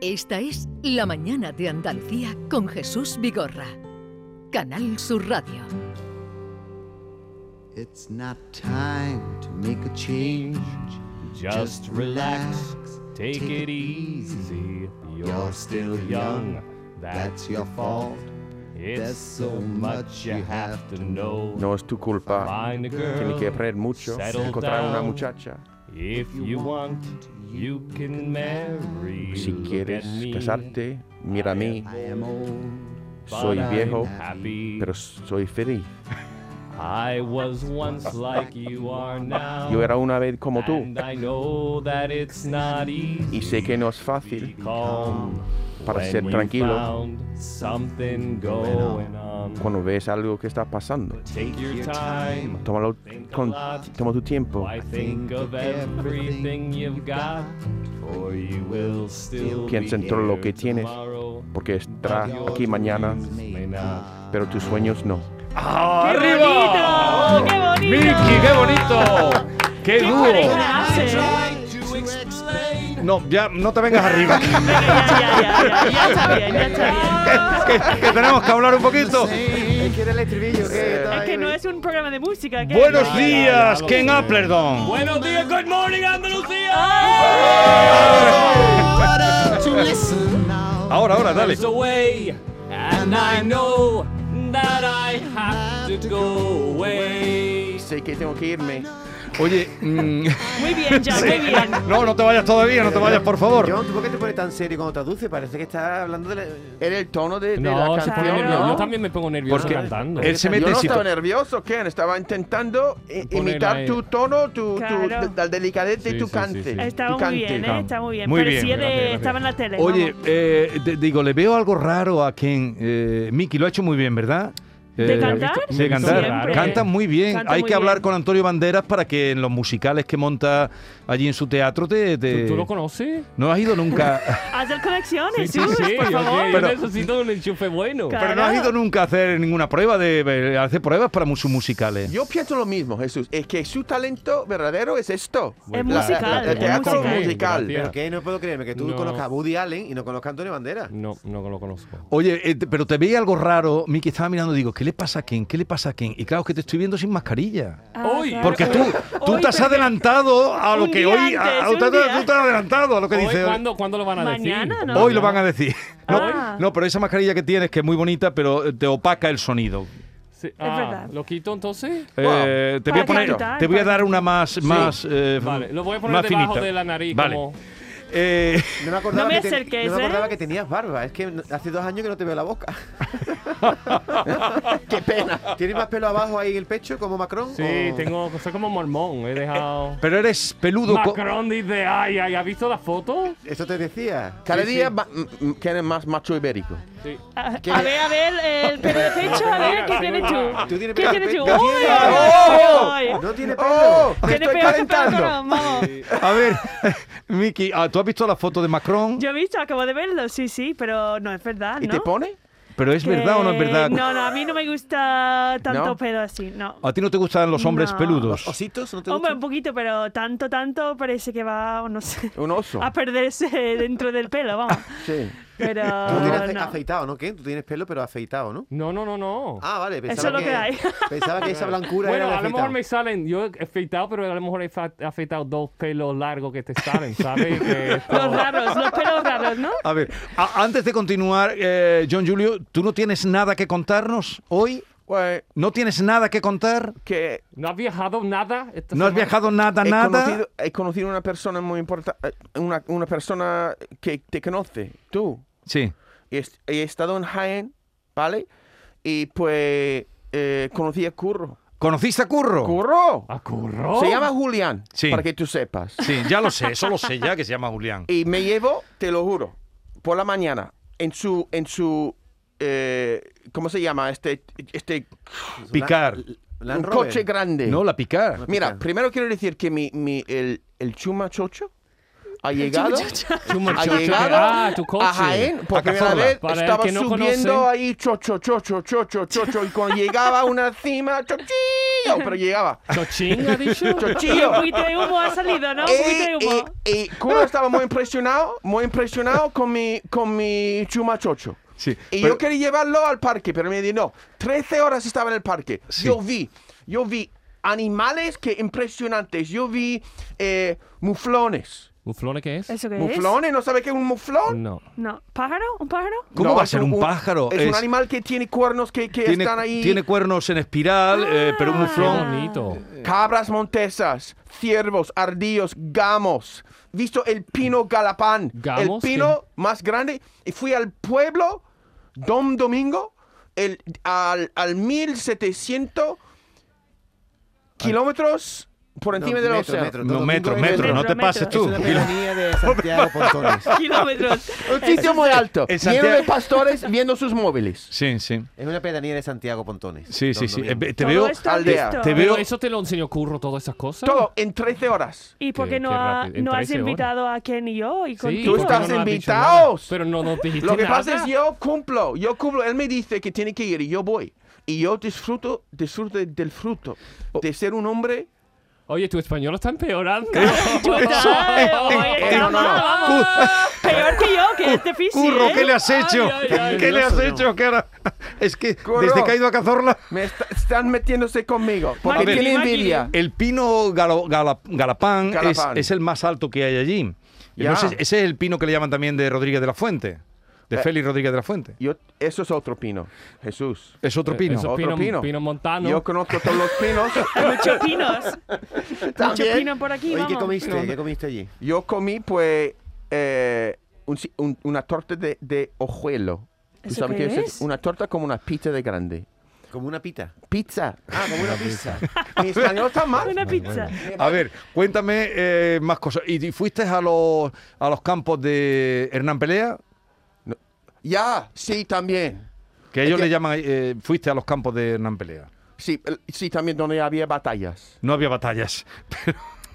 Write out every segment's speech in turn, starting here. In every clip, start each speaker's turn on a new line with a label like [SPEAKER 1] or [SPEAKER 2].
[SPEAKER 1] Esta es La Mañana de Andalucía con Jesús Vigorra. Canal Sur Radio.
[SPEAKER 2] It's not time to make a change.
[SPEAKER 3] Just relax, take it easy. You're still young, that's
[SPEAKER 2] That's your fault.
[SPEAKER 3] it's so much you have to know.
[SPEAKER 4] No es tu culpa.
[SPEAKER 3] Find a girl,
[SPEAKER 4] Tiene que aprender mucho,
[SPEAKER 3] settle
[SPEAKER 4] encontrar una
[SPEAKER 3] down.
[SPEAKER 4] muchacha.
[SPEAKER 3] If you want, you can marry.
[SPEAKER 4] Si
[SPEAKER 3] Look
[SPEAKER 4] quieres
[SPEAKER 3] at me,
[SPEAKER 4] casarte, mira a mí.
[SPEAKER 2] I am old.
[SPEAKER 3] but
[SPEAKER 4] soy
[SPEAKER 3] I'm
[SPEAKER 4] viejo,
[SPEAKER 3] happy.
[SPEAKER 4] Pero soy feliz.
[SPEAKER 3] I was once like you are now.
[SPEAKER 4] Yo era una vez como tú
[SPEAKER 3] And I know that it's not easy.
[SPEAKER 4] y sé que no es
[SPEAKER 3] Be
[SPEAKER 4] fácil.
[SPEAKER 3] calm
[SPEAKER 4] Para
[SPEAKER 3] when
[SPEAKER 4] ser
[SPEAKER 3] you
[SPEAKER 4] tranquilo.
[SPEAKER 3] found Something going on.
[SPEAKER 4] Cuando ves algo que está pasando,
[SPEAKER 3] Take your time.
[SPEAKER 4] tómalo con, toma tu tiempo.
[SPEAKER 3] Why think of everything you've got? For you will still
[SPEAKER 4] Piensa en
[SPEAKER 3] be
[SPEAKER 4] todo lo
[SPEAKER 3] here
[SPEAKER 4] que tienes,
[SPEAKER 3] tomorrow.
[SPEAKER 4] porque estará
[SPEAKER 3] But your
[SPEAKER 4] aquí mañana,
[SPEAKER 3] dreams may not.
[SPEAKER 4] pero tus sueños no.
[SPEAKER 5] ¡Arriba!
[SPEAKER 6] ¡Qué bonito!
[SPEAKER 5] ¡Miki, qué bonito! ¡Qué
[SPEAKER 6] ¡Qué
[SPEAKER 5] dúo!
[SPEAKER 6] pareja hace!
[SPEAKER 5] No, ya no te vengas arriba.
[SPEAKER 6] Venga, ya, ya, ya, ya, ya está bien, ya está bien.
[SPEAKER 5] que, que tenemos que hablar un poquito.
[SPEAKER 6] Es que no es un programa de música. ¿qué?
[SPEAKER 5] Buenos días, Ken Applerdon.
[SPEAKER 3] Buenos días, good morning, Andalucía.
[SPEAKER 2] To listen now.
[SPEAKER 5] Ahora, ahora, dale.
[SPEAKER 3] There's a way, and I know that I have to go away.
[SPEAKER 4] Sé que tengo que irme.
[SPEAKER 5] Oye, mm,
[SPEAKER 6] Muy bien, ya, muy bien.
[SPEAKER 5] no, no te vayas todavía, no te vayas, por favor.
[SPEAKER 7] John, ¿tú por qué te pones tan serio cuando traduce? Parece que estás hablando de la...
[SPEAKER 4] Era el tono de, de
[SPEAKER 3] No,
[SPEAKER 4] la
[SPEAKER 3] se
[SPEAKER 4] canción.
[SPEAKER 3] pone nervioso.
[SPEAKER 4] ¿no?
[SPEAKER 3] Yo también me pongo nervioso
[SPEAKER 5] Porque
[SPEAKER 3] cantando.
[SPEAKER 5] él se mete
[SPEAKER 4] Yo no
[SPEAKER 5] si-
[SPEAKER 4] estaba nervioso, Ken. Estaba intentando eh,
[SPEAKER 3] Poner
[SPEAKER 4] imitar
[SPEAKER 3] ahí.
[SPEAKER 4] tu tono, tu, tu-
[SPEAKER 6] Claro.
[SPEAKER 4] la delicadeza
[SPEAKER 3] Sí,
[SPEAKER 4] y tu
[SPEAKER 3] sí, sí,
[SPEAKER 4] cante.
[SPEAKER 3] sí.
[SPEAKER 4] tu
[SPEAKER 6] Estaba muy
[SPEAKER 4] cante.
[SPEAKER 6] bien, ¿eh? Estaba muy bien.
[SPEAKER 5] Muy bien,
[SPEAKER 6] Parecía
[SPEAKER 3] gracias,
[SPEAKER 6] de...
[SPEAKER 3] gracias.
[SPEAKER 6] Estaba en la tele.
[SPEAKER 5] Oye,
[SPEAKER 6] vamos.
[SPEAKER 5] eh, te- digo, le veo algo raro a Ken. Eh, Miki lo ha hecho muy bien, ¿verdad?
[SPEAKER 6] ¿De
[SPEAKER 5] Eh,
[SPEAKER 6] cantar?
[SPEAKER 5] De cantar.
[SPEAKER 6] Siempre.
[SPEAKER 5] Canta muy bien.
[SPEAKER 6] Canta
[SPEAKER 5] Hay
[SPEAKER 6] muy
[SPEAKER 5] que hablar
[SPEAKER 6] bien.
[SPEAKER 5] con Antonio Banderas para que en los musicales que monta allí en su teatro te. te-
[SPEAKER 3] ¿Tú, tú lo conoces?
[SPEAKER 5] no has ido nunca.
[SPEAKER 6] Hacer conexiones,
[SPEAKER 3] sí,
[SPEAKER 6] tú,
[SPEAKER 3] sí,
[SPEAKER 6] por
[SPEAKER 3] yo-
[SPEAKER 6] favor.
[SPEAKER 3] Yo
[SPEAKER 5] Pero-
[SPEAKER 3] necesito un enchufe bueno.
[SPEAKER 6] Claro.
[SPEAKER 5] pero no has ido nunca a hacer ninguna prueba de, de- hacer pruebas para sus musicales.
[SPEAKER 4] Yo pienso lo mismo, Jesús. Es que su talento verdadero es esto.
[SPEAKER 6] Es
[SPEAKER 4] La- la-
[SPEAKER 6] musical,
[SPEAKER 4] la- el
[SPEAKER 6] es
[SPEAKER 4] teatro
[SPEAKER 6] musical.
[SPEAKER 4] musical.
[SPEAKER 3] Gracias.
[SPEAKER 7] ¿Pero qué? No puedo creerme que tú
[SPEAKER 3] No.
[SPEAKER 7] conozcas a Woody Allen y no conozcas a Antonio Bandera.
[SPEAKER 3] No, no lo conozco.
[SPEAKER 5] Oye, eh, te- pero te veía algo raro, Miki estaba mirando digo, ¿qué le pasa a Ken? ¿Qué le pasa a Ken? Y claro, es que te estoy viendo sin mascarilla.
[SPEAKER 6] Ah,
[SPEAKER 3] Hoy,
[SPEAKER 6] claro.
[SPEAKER 5] Porque tú, tú
[SPEAKER 6] Hoy,
[SPEAKER 5] te has
[SPEAKER 6] porque-
[SPEAKER 5] adelantado a lo
[SPEAKER 6] Un
[SPEAKER 5] que
[SPEAKER 6] día
[SPEAKER 5] hoy.
[SPEAKER 6] antes,
[SPEAKER 5] a- a-
[SPEAKER 6] un
[SPEAKER 5] tú, te-
[SPEAKER 6] día.
[SPEAKER 5] tú te has adelantado a lo que
[SPEAKER 3] Hoy,
[SPEAKER 5] dice.
[SPEAKER 3] ¿cuándo, ¿Cuándo lo van a decir?
[SPEAKER 6] Mañana, ¿no?
[SPEAKER 5] Hoy lo van a decir. No,
[SPEAKER 6] Ah.
[SPEAKER 5] no, pero esa mascarilla que tienes, que es muy bonita, pero eh, te opaca el sonido.
[SPEAKER 3] Sí, ah,
[SPEAKER 6] verdad.
[SPEAKER 3] ¿Lo quito entonces?
[SPEAKER 5] Eh, te voy a
[SPEAKER 6] Para
[SPEAKER 5] poner,
[SPEAKER 6] cantar,
[SPEAKER 5] te voy a
[SPEAKER 6] para-
[SPEAKER 5] dar una más, más, eh,
[SPEAKER 3] Vale, lo voy a poner
[SPEAKER 5] más
[SPEAKER 3] debajo
[SPEAKER 5] finita.
[SPEAKER 3] de la nariz.
[SPEAKER 5] Vale.
[SPEAKER 3] Como...
[SPEAKER 5] Eh,
[SPEAKER 7] No me acordaba,
[SPEAKER 6] No me
[SPEAKER 7] que, te-
[SPEAKER 6] acerques,
[SPEAKER 7] no me
[SPEAKER 6] ¿eh?
[SPEAKER 7] acordaba que tenías barba. Es que no- hace dos años que no te veo la boca.
[SPEAKER 4] Qué pena.
[SPEAKER 7] ¿Tienes más pelo abajo ahí en el pecho, como Macron?
[SPEAKER 3] Sí,
[SPEAKER 4] Oh.
[SPEAKER 7] o-
[SPEAKER 3] tengo. Soy como mormón. He dejado.
[SPEAKER 5] pero eres peludo. co-
[SPEAKER 3] Macron dice: Ay, ay, ¿has visto la foto?
[SPEAKER 7] ¿Eso te decía?
[SPEAKER 4] Cada día ma- m- m- Ken es más macho ibérico.
[SPEAKER 3] Sí.
[SPEAKER 6] A a ver, a ver, el pelo de pecho, a ver, ¿qué tienes tú?
[SPEAKER 7] ¿Tú tienes
[SPEAKER 6] ¿Qué
[SPEAKER 7] pelo de
[SPEAKER 6] tienes tú?
[SPEAKER 7] pecho?
[SPEAKER 6] ¡Uy!
[SPEAKER 4] ¡Oh!
[SPEAKER 6] ¡Ay!
[SPEAKER 7] No tiene pelo.
[SPEAKER 4] ¡Oh! ¡Me
[SPEAKER 6] Tiene
[SPEAKER 4] estoy
[SPEAKER 6] peor que pelo
[SPEAKER 4] calentando!
[SPEAKER 6] Colón, vamos.
[SPEAKER 5] A ver, Miki, ah, ¿tú has visto la foto de Macron?
[SPEAKER 6] Yo he visto, acabo de verlo, sí, sí, pero no es verdad, ¿no?
[SPEAKER 4] ¿Y te pone?
[SPEAKER 5] ¿Pero es
[SPEAKER 6] Que-
[SPEAKER 5] verdad o no es verdad?
[SPEAKER 6] No, no, a mí no me gusta tanto
[SPEAKER 4] ¿No?
[SPEAKER 6] pelo así, no.
[SPEAKER 5] ¿A ti no te gustan los hombres
[SPEAKER 6] No.
[SPEAKER 5] peludos?
[SPEAKER 7] ¿Los ositos no te
[SPEAKER 6] Hombre,
[SPEAKER 7] gustan?
[SPEAKER 6] un poquito, pero tanto, tanto parece que va, no sé,
[SPEAKER 4] Un oso.
[SPEAKER 6] a perderse dentro del pelo, vamos.
[SPEAKER 4] Sí.
[SPEAKER 6] Pero
[SPEAKER 7] Tú tienes afe-
[SPEAKER 6] Ah, no.
[SPEAKER 7] afeitado, ¿no? ¿Qué? Tú tienes pelo, pero afeitado, ¿no?
[SPEAKER 3] No, no, no, no.
[SPEAKER 7] Ah, vale. Pensaba
[SPEAKER 6] Eso es lo que hay.
[SPEAKER 7] Pensaba que esa blancura
[SPEAKER 3] bueno,
[SPEAKER 7] era de
[SPEAKER 3] a lo
[SPEAKER 7] afeitado.
[SPEAKER 3] mejor me salen. Yo he afeitado, pero a lo mejor he fa- afeitado dos pelos largos que te salen, ¿sabes? Que esto-
[SPEAKER 6] Los raros, los pelos raros, ¿no?
[SPEAKER 5] A ver, a- antes de continuar, eh, John Julio, ¿tú no tienes nada que contarnos hoy?
[SPEAKER 4] Pues
[SPEAKER 5] ¿No tienes nada que contar?
[SPEAKER 4] que
[SPEAKER 3] ¿No has viajado nada? esta
[SPEAKER 5] ¿No
[SPEAKER 3] semana?
[SPEAKER 5] has viajado nada,
[SPEAKER 4] he
[SPEAKER 5] nada?
[SPEAKER 4] conocido, he conocido una persona muy importante, una, una persona que te conoce, tú.
[SPEAKER 5] Sí.
[SPEAKER 4] Y es- He, estado en Jaén, ¿vale? Y pues eh, conocí a Curro.
[SPEAKER 5] ¿Conociste a Curro?
[SPEAKER 4] ¡Curro!
[SPEAKER 3] ¿A curro?
[SPEAKER 4] Se llama Julián,
[SPEAKER 5] Sí.
[SPEAKER 4] para que tú sepas.
[SPEAKER 5] Sí, ya lo sé, eso lo sé ya, que se llama Julián.
[SPEAKER 4] Y me llevo, te lo juro, por la mañana, en su, en su, eh, ¿cómo se llama? Este, este,
[SPEAKER 5] Picar.
[SPEAKER 4] un
[SPEAKER 7] Land Rover.
[SPEAKER 4] coche grande.
[SPEAKER 5] No, la picar.
[SPEAKER 4] Mira, primero quiero decir que mi, mi- el, el Chuma Chocho ha llegado, ha
[SPEAKER 3] chocho,
[SPEAKER 4] llegado
[SPEAKER 3] ah, tu coche.
[SPEAKER 4] a Jaén por
[SPEAKER 5] A
[SPEAKER 4] primera
[SPEAKER 5] cazorla.
[SPEAKER 4] vez.
[SPEAKER 3] Para el
[SPEAKER 4] estaba
[SPEAKER 3] que no
[SPEAKER 4] subiendo
[SPEAKER 3] conoce.
[SPEAKER 4] ahí chocho, chocho, chocho, chocho y cuando llegaba a una cima, chochillo, pero llegaba.
[SPEAKER 3] ¿Chochín ha dicho?
[SPEAKER 4] Chochillo.
[SPEAKER 6] Un poquito de humo ha salido,
[SPEAKER 4] Eh,
[SPEAKER 6] ¿no? Un poquito de
[SPEAKER 4] Y,
[SPEAKER 6] humo.
[SPEAKER 4] eh, estaba muy impresionado, muy impresionado con mi, con mi chuma chocho.
[SPEAKER 5] Sí,
[SPEAKER 4] y
[SPEAKER 5] pero-
[SPEAKER 4] yo quería llevarlo al parque, pero me dijo, no, 13 horas estaba en el parque.
[SPEAKER 5] Sí.
[SPEAKER 4] Yo vi, yo vi animales que impresionantes. Yo vi eh, muflones.
[SPEAKER 3] ¿Muflone qué es?
[SPEAKER 6] ¿Eso qué
[SPEAKER 4] ¿Muflones? ¿No sabes qué es un muflón?
[SPEAKER 3] No.
[SPEAKER 6] es? No. ¿Pájaro? ¿Un pájaro?
[SPEAKER 5] ¿Cómo
[SPEAKER 4] No,
[SPEAKER 5] va a
[SPEAKER 4] es
[SPEAKER 5] ser un, pájaro?
[SPEAKER 4] Es, un animal que tiene cuernos que, que
[SPEAKER 5] tiene,
[SPEAKER 4] están ahí.
[SPEAKER 5] tiene cuernos en espiral, eh, pero un
[SPEAKER 3] Qué
[SPEAKER 5] muflón.
[SPEAKER 3] bonito.
[SPEAKER 4] Cabras montesas, ciervos, ardillos, gamos. Visto el pino galapán,
[SPEAKER 3] ¿Gamos?
[SPEAKER 4] el pino más grande. Y fui al pueblo, Don Domingo, el, al, al 1700 kilómetros por encima del
[SPEAKER 7] metro,
[SPEAKER 4] océano.
[SPEAKER 7] metro,
[SPEAKER 5] No,
[SPEAKER 7] todo
[SPEAKER 5] metro,
[SPEAKER 7] domingo
[SPEAKER 5] metro,
[SPEAKER 7] es-
[SPEAKER 5] no te
[SPEAKER 6] metro,
[SPEAKER 5] pases
[SPEAKER 6] metro.
[SPEAKER 5] tú.
[SPEAKER 7] Es una pedanía de Santiago Pontones.
[SPEAKER 6] Kilómetros.
[SPEAKER 4] Un sitio muy alto,
[SPEAKER 5] en
[SPEAKER 4] lleno de
[SPEAKER 5] Santiago-
[SPEAKER 4] pastores viendo sus móviles.
[SPEAKER 5] Sí, sí.
[SPEAKER 7] Es una pedanía de Santiago Pontones.
[SPEAKER 5] Sí, sí,
[SPEAKER 7] Don
[SPEAKER 5] sí.
[SPEAKER 7] Domingo.
[SPEAKER 5] Eh, Te
[SPEAKER 6] Todo
[SPEAKER 5] veo.
[SPEAKER 6] esto has
[SPEAKER 4] aldea.
[SPEAKER 6] visto.
[SPEAKER 5] Te veo-
[SPEAKER 3] ¿Pero eso te lo enseñó Curro, todas esas cosas?
[SPEAKER 4] Todo en 13 horas.
[SPEAKER 6] ¿Y por
[SPEAKER 3] Qué-
[SPEAKER 6] qué no,
[SPEAKER 3] qué
[SPEAKER 6] ha-
[SPEAKER 3] rápido, en
[SPEAKER 6] no has
[SPEAKER 3] 13 horas.
[SPEAKER 6] invitado a Ken y yo? Y
[SPEAKER 3] Sí,
[SPEAKER 6] contigo?
[SPEAKER 4] Tú
[SPEAKER 3] ¿por qué no
[SPEAKER 4] estás
[SPEAKER 3] nos has dicho nada?
[SPEAKER 4] invitados.
[SPEAKER 3] Pero no nos dijiste
[SPEAKER 4] Lo que pasa
[SPEAKER 3] nada.
[SPEAKER 4] es yo cumplo, yo cumplo. Él me dice que tiene que ir y yo voy. Y yo disfruto, disfruto del fruto,
[SPEAKER 3] Oh.
[SPEAKER 4] de ser un hombre.
[SPEAKER 3] Oye, tu español está empeorando.
[SPEAKER 6] Ay, oye,
[SPEAKER 4] Eh, no, no, no.
[SPEAKER 6] vamos, vamos. Peor que yo, que es difícil.
[SPEAKER 5] Curro, ¿qué
[SPEAKER 6] ¿eh?
[SPEAKER 5] le has hecho?
[SPEAKER 3] Ay, ay, ay.
[SPEAKER 5] ¿Qué le has
[SPEAKER 7] Nervioso,
[SPEAKER 5] hecho? Que ahora- Es que
[SPEAKER 4] Curro.
[SPEAKER 5] desde que ha ido a Cazorla.
[SPEAKER 4] Me est- están metiéndose conmigo porque
[SPEAKER 5] A ver.
[SPEAKER 4] tiene
[SPEAKER 6] Máquina.
[SPEAKER 4] envidia.
[SPEAKER 5] El pino galo- gala- galapán, es-
[SPEAKER 4] Galapán.
[SPEAKER 5] Es, el más alto que hay allí.
[SPEAKER 4] Ya.
[SPEAKER 5] No sé, ese es el pino que le llaman también de Rodríguez de la Fuente, de
[SPEAKER 4] Eh.
[SPEAKER 5] Félix Rodríguez de la Fuente.
[SPEAKER 4] Yo, eso es otro pino, Jesús.
[SPEAKER 5] Es otro pino.
[SPEAKER 3] Eso es
[SPEAKER 4] Otro
[SPEAKER 3] pino,
[SPEAKER 4] pino.
[SPEAKER 3] pino. montano.
[SPEAKER 4] Yo conozco todos los pinos.
[SPEAKER 6] Muchos pinos. Muchos
[SPEAKER 4] También.
[SPEAKER 6] pinos por aquí,
[SPEAKER 7] Oye,
[SPEAKER 6] vamos.
[SPEAKER 7] ¿qué comiste? ¿Qué comiste allí?
[SPEAKER 4] Yo comí pues eh, un si- un- una torta de, de ojuelo. ¿Tú
[SPEAKER 6] ¿Eso
[SPEAKER 4] sabes
[SPEAKER 6] qué
[SPEAKER 4] qué es?
[SPEAKER 6] es?
[SPEAKER 4] Una torta como una pizza de grande.
[SPEAKER 7] Como una pita.
[SPEAKER 4] Pizza.
[SPEAKER 7] Ah, como una pizza.
[SPEAKER 4] Mi español está mal.
[SPEAKER 6] Una pizza.
[SPEAKER 5] A ver, cuéntame eh, más cosas. ¿Y, y fuiste a los, a los campos de Hernán Pelea?
[SPEAKER 4] Ya, sí, también.
[SPEAKER 5] Que ellos
[SPEAKER 4] que-
[SPEAKER 5] le llaman, eh, fuiste a los campos de Hernán Pelea.
[SPEAKER 4] Sí, el- sí, también donde había batallas.
[SPEAKER 5] No había batallas.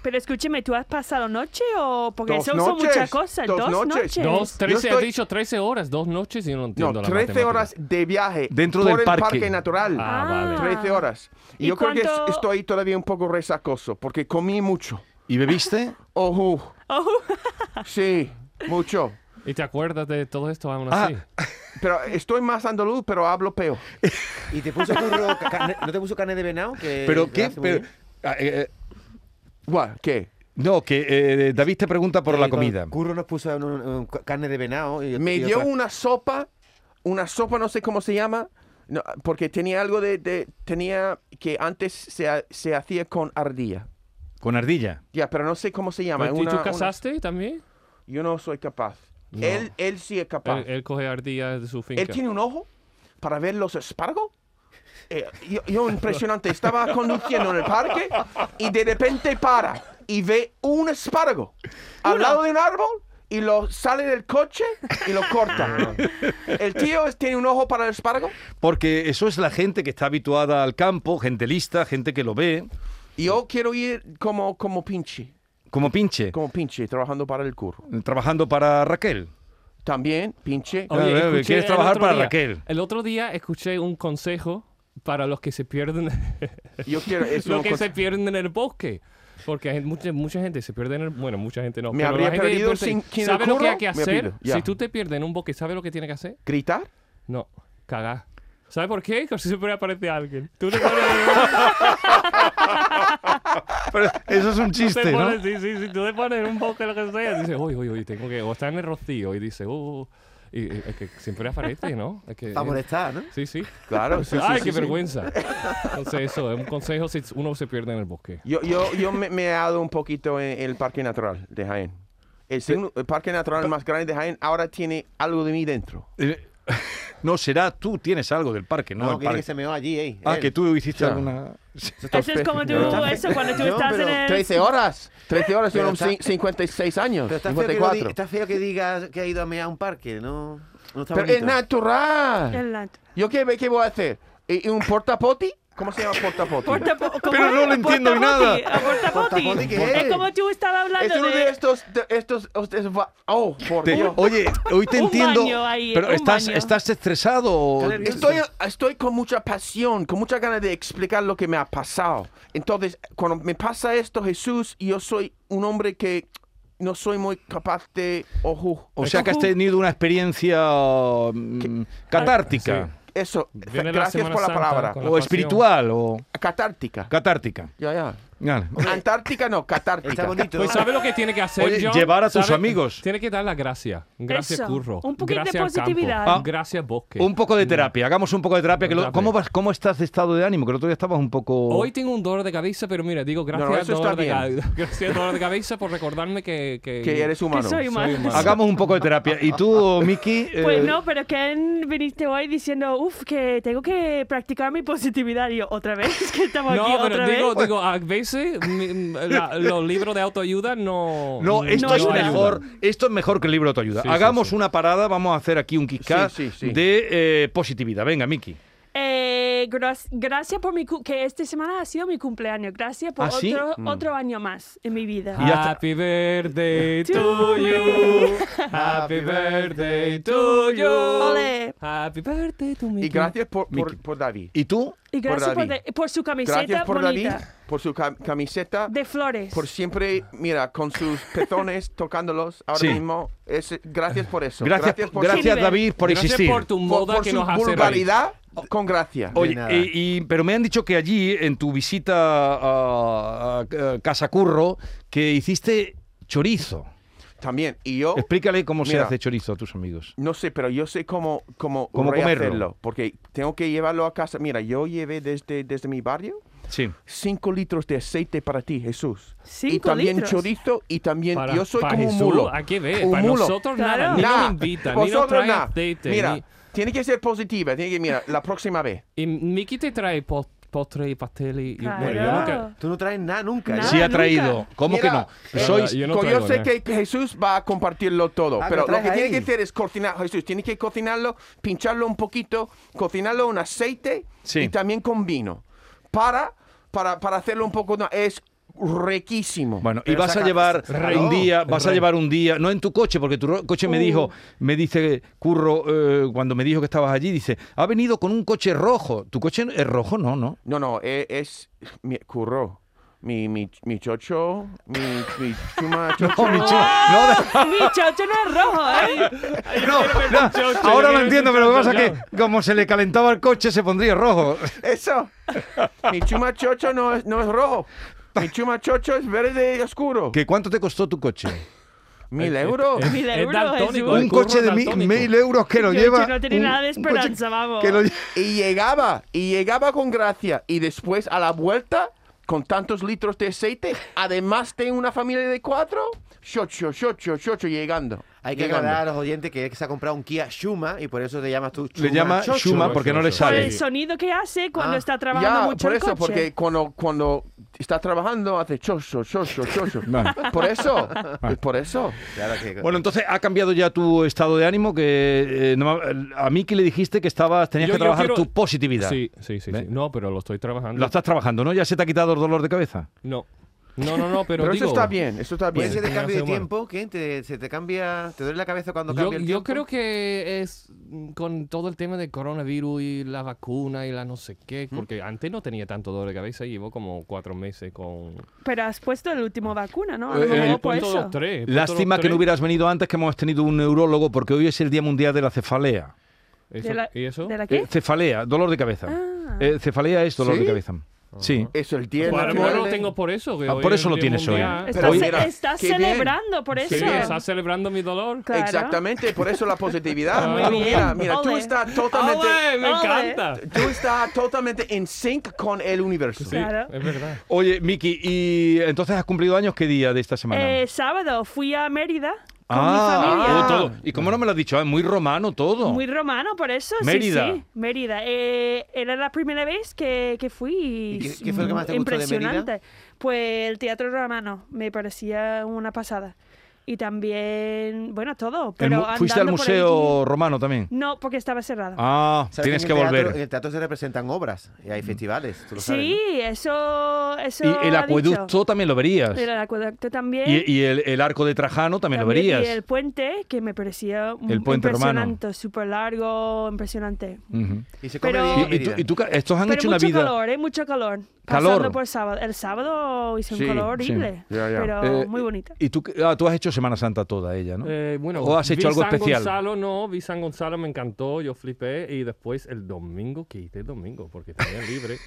[SPEAKER 6] Pero escúcheme, ¿tú has pasado noche o...? Porque
[SPEAKER 4] Dos
[SPEAKER 6] eso son
[SPEAKER 4] noches,
[SPEAKER 6] muchas cosas.
[SPEAKER 4] dos
[SPEAKER 6] Dos,
[SPEAKER 4] noches.
[SPEAKER 6] noches.
[SPEAKER 3] Dos,
[SPEAKER 4] Yo
[SPEAKER 3] trece, has
[SPEAKER 4] estoy-
[SPEAKER 3] dicho 13 horas, dos noches y yo no entiendo
[SPEAKER 4] No,
[SPEAKER 3] la
[SPEAKER 4] 13
[SPEAKER 3] matemática.
[SPEAKER 4] horas de viaje
[SPEAKER 5] Dentro
[SPEAKER 4] por
[SPEAKER 5] del
[SPEAKER 4] el
[SPEAKER 5] parque.
[SPEAKER 4] natural.
[SPEAKER 3] Ah, vale.
[SPEAKER 4] 13 horas. Y,
[SPEAKER 6] ¿Y
[SPEAKER 4] yo creo que
[SPEAKER 6] cuánto-
[SPEAKER 4] es- estoy todavía un poco resacoso porque comí mucho.
[SPEAKER 5] ¿Y bebiste?
[SPEAKER 4] Ojo,
[SPEAKER 6] Ojo.
[SPEAKER 4] sí, mucho.
[SPEAKER 3] ¿Y te acuerdas de todo esto aún
[SPEAKER 5] Ah.
[SPEAKER 3] así?
[SPEAKER 4] Pero estoy más andaluz, pero hablo peor.
[SPEAKER 7] ¿Y te puso curro ca- carne- ¿No te puso carne de venado?
[SPEAKER 4] Eh,
[SPEAKER 7] Que
[SPEAKER 5] ¿Pero
[SPEAKER 7] que
[SPEAKER 5] qué?
[SPEAKER 7] hace muy
[SPEAKER 5] Pero-
[SPEAKER 7] bien?
[SPEAKER 5] ah, eh, eh,
[SPEAKER 4] Guau, ¿Qué?
[SPEAKER 5] no, que eh, David te pregunta por
[SPEAKER 7] Eh,
[SPEAKER 5] la
[SPEAKER 7] cuando
[SPEAKER 5] comida.
[SPEAKER 7] Curro nos puso un- un- un ca- carne de venado. y-
[SPEAKER 4] Me
[SPEAKER 7] y
[SPEAKER 4] dio
[SPEAKER 7] otra-
[SPEAKER 4] una sopa, una sopa, no sé cómo se llama, no, porque tenía algo de, de- tenía que antes se, ha- se hacía con ardilla.
[SPEAKER 5] Con ardilla.
[SPEAKER 4] Ya, pero no sé cómo se llama.
[SPEAKER 3] Pues, ¿Y
[SPEAKER 4] una-
[SPEAKER 3] tú
[SPEAKER 4] una-
[SPEAKER 3] casaste también?
[SPEAKER 4] Yo no soy capaz. Él, él sí es capaz.
[SPEAKER 3] Él, él coge ardillas de su finca.
[SPEAKER 4] Él tiene un ojo para ver los espárragos. Eh, yo, yo impresionante, estaba conduciendo en el parque y de repente para y ve un espárrago al lado de un árbol y lo sale del coche y lo
[SPEAKER 3] Ah.
[SPEAKER 4] corta. El tío es- tiene un ojo para el espárrago
[SPEAKER 5] Porque eso es la gente que está habituada al campo, gente lista, gente que lo ve,
[SPEAKER 4] y yo quiero ir como, como pinche,
[SPEAKER 5] como pinche,
[SPEAKER 4] como pinche, trabajando para el curro.
[SPEAKER 5] trabajando para Raquel.
[SPEAKER 4] También pinche.
[SPEAKER 5] Ah, eh,
[SPEAKER 3] escuché
[SPEAKER 5] ¿quieres
[SPEAKER 3] el
[SPEAKER 5] trabajar
[SPEAKER 3] otro
[SPEAKER 5] para
[SPEAKER 3] día-
[SPEAKER 5] Raquel?
[SPEAKER 3] El otro día escuché un consejo para los que se pierden,
[SPEAKER 4] Yo quiero es
[SPEAKER 3] los
[SPEAKER 4] una
[SPEAKER 3] que
[SPEAKER 4] cosa-
[SPEAKER 3] se pierden en el bosque. Porque hay mucha, mucha gente se pierde en el... Bueno, mucha gente no.
[SPEAKER 4] Me
[SPEAKER 3] pero la
[SPEAKER 4] habría
[SPEAKER 3] gente de
[SPEAKER 4] perdido
[SPEAKER 3] repente
[SPEAKER 4] sin- sin el
[SPEAKER 3] ¿Sabe lo que
[SPEAKER 4] curro?
[SPEAKER 3] hay que
[SPEAKER 4] Me
[SPEAKER 3] hacer?
[SPEAKER 4] pido, ya.
[SPEAKER 3] Si tú te pierdes en un bosque, ¿sabes lo que tienes que hacer?
[SPEAKER 4] gritar.
[SPEAKER 3] No, cagá. ¿Sabes por qué? Porque siempre aparece alguien. Tú te pones...
[SPEAKER 5] Pero eso es un
[SPEAKER 3] te
[SPEAKER 5] chiste, ¿no?
[SPEAKER 3] pones- sí, sí, sí, tú te pones en un bosque lo que sea, y dices, uy, uy, uy, tengo que, o está en el rocío, y dices, uh, y, y- es que siempre aparece, ¿no? Es que, eh,
[SPEAKER 7] Para molestar, ¿no?
[SPEAKER 3] sí, sí.
[SPEAKER 4] Claro, sí, sí,
[SPEAKER 3] Ay,
[SPEAKER 4] sí,
[SPEAKER 3] qué
[SPEAKER 4] sí.
[SPEAKER 3] vergüenza. Entonces, eso es un consejo si uno se pierde en el bosque.
[SPEAKER 4] Yo, yo, yo me, me he dado un poquito en, el Parque Natural de Jaén. El, segundo- el Parque Natural más grande de Jaén ahora tiene algo de mí dentro.
[SPEAKER 5] Eh, no, será tú tienes algo del parque, no,
[SPEAKER 7] No,
[SPEAKER 5] el
[SPEAKER 7] que, que
[SPEAKER 5] parque.
[SPEAKER 7] se meó allí, ¿eh?
[SPEAKER 5] Ah,
[SPEAKER 7] él.
[SPEAKER 5] que tú hiciste
[SPEAKER 4] Ya.
[SPEAKER 5] alguna...
[SPEAKER 6] Eso es como tú, eso, cuando tú
[SPEAKER 7] No,
[SPEAKER 6] estás en
[SPEAKER 7] pero
[SPEAKER 6] el...
[SPEAKER 4] 13 horas. 13 horas
[SPEAKER 7] Pero
[SPEAKER 4] son cin-
[SPEAKER 7] está-
[SPEAKER 4] 56 años.
[SPEAKER 7] Pero está feo, que lo
[SPEAKER 4] 54.
[SPEAKER 7] di- está feo que digas que ha ido a mear a un parque, ¿no? No está
[SPEAKER 4] Pero es
[SPEAKER 7] bonito.
[SPEAKER 4] natural.
[SPEAKER 6] el-
[SPEAKER 4] ¿Yo qué, qué voy a hacer? ¿Y- y ¿Un portapoti? ¿Cómo se llama portapoti?
[SPEAKER 6] Portapo- ¿cómo
[SPEAKER 5] Pero
[SPEAKER 6] es?
[SPEAKER 5] no lo entiendo ni nada.
[SPEAKER 6] Portapoti, a portapoti.
[SPEAKER 7] ¿Portapoti qué
[SPEAKER 6] Es
[SPEAKER 7] es?
[SPEAKER 6] como tú
[SPEAKER 4] es
[SPEAKER 6] estabas hablando
[SPEAKER 4] uno de
[SPEAKER 6] de-
[SPEAKER 4] estos, de estos, estos va- oh, por
[SPEAKER 5] Te-
[SPEAKER 4] Dios.
[SPEAKER 5] oye, hoy te
[SPEAKER 6] Un
[SPEAKER 5] entiendo.
[SPEAKER 6] baño ahí,
[SPEAKER 5] pero
[SPEAKER 6] un
[SPEAKER 5] estás,
[SPEAKER 6] baño.
[SPEAKER 5] estás estresado. o-
[SPEAKER 4] Estoy, estoy con mucha pasión, con mucha ganas de explicar lo que me ha pasado. Entonces, cuando me pasa esto, Jesús, yo soy un hombre que no soy muy capaz de... Ojo,
[SPEAKER 5] O sea que has tenido una experiencia mm, catártica
[SPEAKER 4] eso,
[SPEAKER 3] Viene la
[SPEAKER 4] gracias
[SPEAKER 3] Semana
[SPEAKER 4] por la
[SPEAKER 3] Santa
[SPEAKER 4] palabra.
[SPEAKER 3] con la
[SPEAKER 5] o
[SPEAKER 3] pasión.
[SPEAKER 5] espiritual o
[SPEAKER 4] Catártica.
[SPEAKER 5] catártica.
[SPEAKER 4] ya, ya.
[SPEAKER 5] Vale.
[SPEAKER 4] Antártica no, catártica.
[SPEAKER 7] Está bonito.
[SPEAKER 3] Pues ¿sabe lo que tiene que hacer,
[SPEAKER 5] Oye,
[SPEAKER 3] John?
[SPEAKER 5] llevar a tus
[SPEAKER 3] ¿Sabe?
[SPEAKER 5] amigos.
[SPEAKER 3] Tiene que dar la gracia. Gracias,
[SPEAKER 6] Eso.
[SPEAKER 3] curro.
[SPEAKER 6] Un poquito de
[SPEAKER 3] gracias al campo.
[SPEAKER 6] positividad.
[SPEAKER 5] Ah.
[SPEAKER 3] Gracias, bosque.
[SPEAKER 5] Un poco de terapia, hagamos un poco de terapia. que lo-
[SPEAKER 3] Terapia.
[SPEAKER 5] ¿cómo, vas, ¿Cómo estás de estado de ánimo? Que el otro día estabas un poco...
[SPEAKER 3] Hoy tengo un dolor de cabeza, pero mira, digo gracias,
[SPEAKER 4] No,
[SPEAKER 3] al
[SPEAKER 4] eso
[SPEAKER 3] dolor,
[SPEAKER 4] está
[SPEAKER 3] de
[SPEAKER 4] bien.
[SPEAKER 3] ca- gracias al dolor de cabeza por recordarme que... Que,
[SPEAKER 4] que eres humano.
[SPEAKER 6] Que soy humano.
[SPEAKER 3] Soy humano.
[SPEAKER 5] Hagamos un poco de terapia. ¿Y tú, Miki?
[SPEAKER 6] Pues
[SPEAKER 5] eh,
[SPEAKER 6] no, pero que viniste hoy diciendo, uff, que tengo que practicar mi positividad. Y yo, otra vez, que estamos aquí,
[SPEAKER 3] No, pero
[SPEAKER 6] otra
[SPEAKER 3] digo,
[SPEAKER 6] vez.
[SPEAKER 3] digo, a veces mi- la- los libros de autoayuda no...
[SPEAKER 5] No, esto
[SPEAKER 6] No
[SPEAKER 5] es
[SPEAKER 6] ayuda.
[SPEAKER 5] mejor. Esto es mejor que el libro de ayuda.
[SPEAKER 3] Sí, sí,
[SPEAKER 5] Hagamos
[SPEAKER 3] sí.
[SPEAKER 5] una parada, vamos a hacer aquí un KitKat
[SPEAKER 4] Sí, sí, sí.
[SPEAKER 5] de eh, positividad. Venga, Miki.
[SPEAKER 6] Eh, gra- gracias por mi... cu- que esta semana ha sido mi cumpleaños. Gracias por
[SPEAKER 5] ¿Ah, sí?
[SPEAKER 6] otro,
[SPEAKER 4] Mm.
[SPEAKER 6] otro año más en mi vida.
[SPEAKER 4] Ah,
[SPEAKER 5] Y ya está.
[SPEAKER 3] Happy birthday to you. Happy birthday to you.
[SPEAKER 6] Ole.
[SPEAKER 3] Happy birthday to me.
[SPEAKER 4] Y gracias por, por, por David.
[SPEAKER 5] ¿Y tú?
[SPEAKER 6] Y
[SPEAKER 4] Por
[SPEAKER 6] gracias por,
[SPEAKER 4] David.
[SPEAKER 6] de- por su camiseta
[SPEAKER 4] Gracias por
[SPEAKER 6] bonita.
[SPEAKER 4] David, por su cam- camiseta,
[SPEAKER 6] De flores.
[SPEAKER 4] por siempre, mira, con sus pezones tocándolos ahora
[SPEAKER 5] Sí.
[SPEAKER 4] mismo. Es, gracias por eso.
[SPEAKER 5] Gracias, gracias,
[SPEAKER 4] por, su-
[SPEAKER 6] Sí,
[SPEAKER 5] David, por
[SPEAKER 3] Gracias
[SPEAKER 5] existir.
[SPEAKER 3] por tu
[SPEAKER 4] por-
[SPEAKER 3] moda
[SPEAKER 4] por
[SPEAKER 3] que
[SPEAKER 4] su
[SPEAKER 3] nos hace reír.
[SPEAKER 4] vulgaridad con gracia.
[SPEAKER 5] Oye,
[SPEAKER 7] nada.
[SPEAKER 5] y- y- pero me han dicho que allí, en tu visita a, a- a Casa Curro, que hiciste chorizo.
[SPEAKER 4] También, y yo
[SPEAKER 5] Explícale cómo se
[SPEAKER 4] Mira.
[SPEAKER 5] hace chorizo a tus amigos.
[SPEAKER 4] no sé, pero yo sé cómo, cómo,
[SPEAKER 5] Cómo comerlo.
[SPEAKER 4] rehacerlo, Porque tengo que llevarlo a casa. Mira, yo llevé desde, desde mi barrio
[SPEAKER 5] Sí.
[SPEAKER 4] 5 litros de aceite para ti, Jesús. y
[SPEAKER 6] Cinco
[SPEAKER 4] también
[SPEAKER 6] litros.
[SPEAKER 4] chorizo y también
[SPEAKER 3] Para-
[SPEAKER 4] yo soy
[SPEAKER 3] para
[SPEAKER 4] como un
[SPEAKER 3] Jesús,
[SPEAKER 4] mulo.
[SPEAKER 3] Hay que ver.
[SPEAKER 4] Un
[SPEAKER 3] Para
[SPEAKER 4] mulo.
[SPEAKER 3] nosotros nada.
[SPEAKER 6] Claro.
[SPEAKER 3] Ni
[SPEAKER 4] Nah,
[SPEAKER 3] nos invitan, ni nos
[SPEAKER 4] vosotros
[SPEAKER 3] traen
[SPEAKER 4] nah.
[SPEAKER 3] aceite,
[SPEAKER 4] Mira,
[SPEAKER 3] ni-
[SPEAKER 4] tiene que ser positiva, tiene que, mira, la próxima vez.
[SPEAKER 3] Y Miki te trae pos- postre y pastel y... y- bueno, yo
[SPEAKER 6] Claro.
[SPEAKER 3] nunca-
[SPEAKER 7] Tú no traes nada nunca.
[SPEAKER 6] Nada.
[SPEAKER 7] ¿eh?
[SPEAKER 5] sí ha
[SPEAKER 6] nunca.
[SPEAKER 5] traído. ¿Cómo
[SPEAKER 4] Mira,
[SPEAKER 5] que no?
[SPEAKER 4] eh,
[SPEAKER 5] Sois-
[SPEAKER 3] yo
[SPEAKER 4] yo,
[SPEAKER 3] no traigo
[SPEAKER 4] sé
[SPEAKER 3] nada.
[SPEAKER 4] que que Jesús va a compartirlo todo,
[SPEAKER 7] Ah,
[SPEAKER 4] pero
[SPEAKER 7] lo
[SPEAKER 4] lo que
[SPEAKER 7] traes
[SPEAKER 4] tiene que
[SPEAKER 7] ahí.
[SPEAKER 4] hacer es cocinar, Jesús, tiene que cocinarlo, pincharlo un poquito, cocinarlo en aceite
[SPEAKER 5] Sí.
[SPEAKER 4] y también con vino, para, para, para hacerlo un poco, no, es riquísimo.
[SPEAKER 5] Bueno, y
[SPEAKER 7] Pero
[SPEAKER 5] vas a
[SPEAKER 7] saca-
[SPEAKER 5] llevar
[SPEAKER 7] sácalo.
[SPEAKER 5] un día, vas a
[SPEAKER 3] Rey.
[SPEAKER 5] llevar un día, no en tu coche, porque tu ro- coche me dijo, me dice Curro, eh, cuando me dijo que estabas allí, dice, ha venido con un coche rojo. ¿Tu coche es rojo? No, no.
[SPEAKER 4] No, no, e- es, mi curro, mi, mi, mi chocho, mi, mi chuma chocho.
[SPEAKER 5] No, Oh, mi chu- no, de-
[SPEAKER 6] Mi chocho no es rojo, ¿eh?
[SPEAKER 5] no, no.
[SPEAKER 3] chocho, yo
[SPEAKER 5] ahora lo
[SPEAKER 3] quiero
[SPEAKER 5] entiendo,
[SPEAKER 3] ver
[SPEAKER 5] pero lo que
[SPEAKER 3] chocho,
[SPEAKER 5] pasa es que como se le calentaba el coche se pondría rojo.
[SPEAKER 4] Eso. Mi chuma chocho no es, no es rojo. Mi chuma chocho es verde oscuro.
[SPEAKER 5] ¿Que ¿Cuánto te costó tu coche?
[SPEAKER 4] Mil euros.
[SPEAKER 3] Es-
[SPEAKER 6] Mil
[SPEAKER 3] es
[SPEAKER 6] euros,
[SPEAKER 3] daltónico,
[SPEAKER 6] Jesús.
[SPEAKER 3] el
[SPEAKER 5] un
[SPEAKER 3] curro
[SPEAKER 5] coche de mi-
[SPEAKER 3] daltónico.
[SPEAKER 5] mil euros que lo
[SPEAKER 6] Yo-
[SPEAKER 5] lleva.
[SPEAKER 6] yo no tenía
[SPEAKER 5] un-
[SPEAKER 6] nada de
[SPEAKER 5] un coche
[SPEAKER 6] esperanza, vamos.
[SPEAKER 5] que lo lle-
[SPEAKER 4] Y llegaba, y llegaba con gracia. Y después a la vuelta, con tantos litros de aceite, además de una familia de cuatro, chocho, chocho, chocho, llegando.
[SPEAKER 7] Hay que
[SPEAKER 4] llegando.
[SPEAKER 7] aclarar a los oyentes que él se ha comprado un Kia Shuma y por eso te llamas tú
[SPEAKER 5] Le llama
[SPEAKER 7] Chocho.
[SPEAKER 5] Shuma porque no le
[SPEAKER 6] Por
[SPEAKER 5] sale.
[SPEAKER 6] el sonido que hace cuando
[SPEAKER 7] Ah,
[SPEAKER 6] está trabajando
[SPEAKER 4] Ya,
[SPEAKER 6] mucho
[SPEAKER 4] por
[SPEAKER 6] el
[SPEAKER 4] eso,
[SPEAKER 6] coche.
[SPEAKER 4] porque cuando, cuando está trabajando hace chocho, chocho, chocho.
[SPEAKER 5] Vale.
[SPEAKER 4] Por eso, es por eso.
[SPEAKER 7] Claro que-
[SPEAKER 5] Bueno, entonces ha cambiado ya tu estado de ánimo que eh, no- a Miki le dijiste que estabas tenías
[SPEAKER 3] Yo-
[SPEAKER 5] que
[SPEAKER 3] yo
[SPEAKER 5] trabajar
[SPEAKER 3] quiero-
[SPEAKER 5] tu positividad.
[SPEAKER 3] Sí, sí, sí, sí.
[SPEAKER 5] ¿Ve?
[SPEAKER 3] No, pero lo estoy trabajando.
[SPEAKER 5] Lo estás trabajando, ¿no? Ya se te ha quitado el dolor de cabeza.
[SPEAKER 3] No. No, no, no, pero,
[SPEAKER 4] Pero, eso
[SPEAKER 3] digo,
[SPEAKER 4] está bien, eso está bien.
[SPEAKER 7] Puede ser de
[SPEAKER 3] Tenía
[SPEAKER 7] cambio de
[SPEAKER 3] seguro.
[SPEAKER 7] tiempo, que te, se te cambia, te duele la cabeza cuando
[SPEAKER 3] Yo,
[SPEAKER 7] cambia el
[SPEAKER 3] yo
[SPEAKER 7] tiempo.
[SPEAKER 3] creo que es mm, con todo el tema del coronavirus y la vacuna y la no sé qué, porque antes no tenía tanto dolor de cabeza y llevo como cuatro meses con...
[SPEAKER 6] Pero has puesto el último vacuna, ¿no? A
[SPEAKER 3] Eh,
[SPEAKER 6] lo mejor
[SPEAKER 3] he
[SPEAKER 6] por
[SPEAKER 3] puesto
[SPEAKER 6] pues eso.
[SPEAKER 3] los tres, he puesto
[SPEAKER 5] Lástima
[SPEAKER 3] los
[SPEAKER 5] que no
[SPEAKER 3] tres.
[SPEAKER 5] hubieras venido antes, que hemos tenido un neurólogo, porque hoy es el Día Mundial de la Cefalea.
[SPEAKER 3] Eso-
[SPEAKER 6] ¿De la,
[SPEAKER 3] ¿Y eso?
[SPEAKER 6] ¿De la qué?
[SPEAKER 5] Eh, cefalea, dolor de cabeza.
[SPEAKER 6] Ah.
[SPEAKER 5] Eh, cefalea es dolor
[SPEAKER 4] ¿Sí?
[SPEAKER 5] de cabeza. Sí.
[SPEAKER 4] Eso el día
[SPEAKER 3] Bueno,
[SPEAKER 4] nacional
[SPEAKER 3] no Pues, lo
[SPEAKER 4] de-
[SPEAKER 3] tengo por eso. que
[SPEAKER 5] Ah,
[SPEAKER 3] hoy
[SPEAKER 5] por
[SPEAKER 3] es
[SPEAKER 5] eso
[SPEAKER 3] el
[SPEAKER 5] lo
[SPEAKER 3] Día
[SPEAKER 5] tienes hoy.
[SPEAKER 3] Mundial.
[SPEAKER 6] Estás,
[SPEAKER 4] Oye,
[SPEAKER 6] ce-
[SPEAKER 4] mira,
[SPEAKER 6] estás
[SPEAKER 4] qué bien.
[SPEAKER 6] celebrando por eso.
[SPEAKER 3] Sí, está celebrando mi dolor.
[SPEAKER 6] Claro. Ah.
[SPEAKER 4] Exactamente, por eso la positividad.
[SPEAKER 3] Muy
[SPEAKER 4] Mira,
[SPEAKER 6] bien.
[SPEAKER 4] mira, tú
[SPEAKER 6] Ole.
[SPEAKER 4] estás
[SPEAKER 3] ¡Ole!
[SPEAKER 4] totalmente,
[SPEAKER 3] ¡Me
[SPEAKER 6] ole.
[SPEAKER 3] encanta!
[SPEAKER 4] tú estás totalmente en sync con el universo.
[SPEAKER 3] Sí,
[SPEAKER 6] Claro.
[SPEAKER 3] es verdad.
[SPEAKER 5] Oye, Miki, ¿y entonces has cumplido años qué día de esta semana?
[SPEAKER 6] Eh, sábado fui a Mérida con
[SPEAKER 5] ah,
[SPEAKER 6] mi familia.
[SPEAKER 5] oh, todo. ¿Y cómo no me lo has dicho? Ah, Es muy romano todo.
[SPEAKER 6] Muy romano, por eso. sí,
[SPEAKER 5] Mérida.
[SPEAKER 6] Sí, Mérida. Eh, era la primera vez que, que fui.
[SPEAKER 7] ¿Y
[SPEAKER 6] y
[SPEAKER 7] qué-
[SPEAKER 6] es
[SPEAKER 7] qué fue lo que más te gustó de
[SPEAKER 6] Impresionante. Pues el teatro romano me parecía una pasada. y también, bueno, todo.
[SPEAKER 5] El
[SPEAKER 6] Pero
[SPEAKER 5] mu- Em, ¿Fuiste al
[SPEAKER 6] andando por
[SPEAKER 5] museo
[SPEAKER 6] allí-
[SPEAKER 5] romano también?
[SPEAKER 6] No, porque estaba cerrado.
[SPEAKER 5] Ah,
[SPEAKER 7] ¿Sabes
[SPEAKER 5] tienes
[SPEAKER 7] en
[SPEAKER 5] que
[SPEAKER 7] el teatro-
[SPEAKER 5] volver. Mm.
[SPEAKER 7] En el teatro se representan obras y hay festivales. Tú lo sabes,
[SPEAKER 6] sí, eso, eso.
[SPEAKER 5] pues Y el
[SPEAKER 6] ha dicho.
[SPEAKER 5] acueducto también lo verías.
[SPEAKER 6] El acueducto también.
[SPEAKER 5] Y, y el, el arco de Trajano también,
[SPEAKER 6] También,
[SPEAKER 5] lo verías.
[SPEAKER 6] Y el puente, que me parecía un-
[SPEAKER 5] El puente romano.
[SPEAKER 6] impresionante, súper largo, impresionante.
[SPEAKER 5] Ujú.
[SPEAKER 7] ¿no? Y se come
[SPEAKER 6] Pero-
[SPEAKER 5] Y-
[SPEAKER 7] bien a
[SPEAKER 5] y, tú,
[SPEAKER 7] medida.
[SPEAKER 5] y tú ca- estos han
[SPEAKER 6] Pero
[SPEAKER 5] hecho
[SPEAKER 6] mucho
[SPEAKER 5] una vida.
[SPEAKER 6] calor, ¿eh? Mucho calor.
[SPEAKER 5] Calor.
[SPEAKER 6] Pasando por sábado. El sábado hizo un
[SPEAKER 5] Sí,
[SPEAKER 6] calor
[SPEAKER 5] sí.
[SPEAKER 6] horrible,
[SPEAKER 4] Ya, ya.
[SPEAKER 6] pero
[SPEAKER 5] Eh,
[SPEAKER 6] muy bonita.
[SPEAKER 5] Y tú, ah, tú has hecho Semana Santa toda ella, ¿no?
[SPEAKER 3] Eh, bueno,
[SPEAKER 5] ¿O has
[SPEAKER 3] vi
[SPEAKER 5] hecho algo
[SPEAKER 3] San
[SPEAKER 5] especial?
[SPEAKER 3] Gonzalo, no, vi San Gonzalo, me encantó, yo flipé. Y después el domingo, que hice el domingo, porque tenía libre.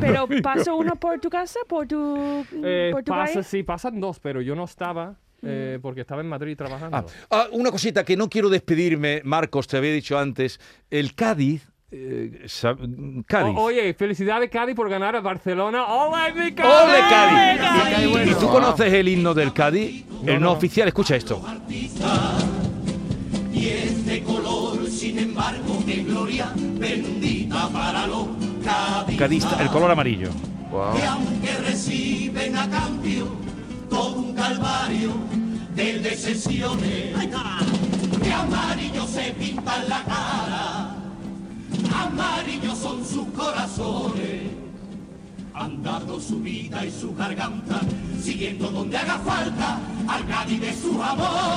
[SPEAKER 6] Pero pasó uno por tu casa, por tu,
[SPEAKER 3] Eh,
[SPEAKER 6] por tu Mm.
[SPEAKER 3] pasa,
[SPEAKER 6] calle.
[SPEAKER 3] sí, pasan dos, pero yo no estaba, eh, porque estaba en Madrid trabajando.
[SPEAKER 5] Ah, ah, una cosita que no quiero despedirme, Marcos, te había dicho antes. El Cádiz. eh, sa- Cádiz.
[SPEAKER 3] O- oye, felicidades Cádiz por ganar a Barcelona. ¡Ole, mi Cádiz!
[SPEAKER 6] Ah,
[SPEAKER 5] ¡Ole, Cádiz!
[SPEAKER 3] Cádiz,
[SPEAKER 5] ¿Y
[SPEAKER 3] bueno.
[SPEAKER 5] tú conoces el himno del Cádiz? el no,
[SPEAKER 3] no.
[SPEAKER 5] oficial, escucha esto. Cadista, el color amarillo.
[SPEAKER 8] su vida y su garganta, siguiendo donde haga falta al Cádiz de su amor.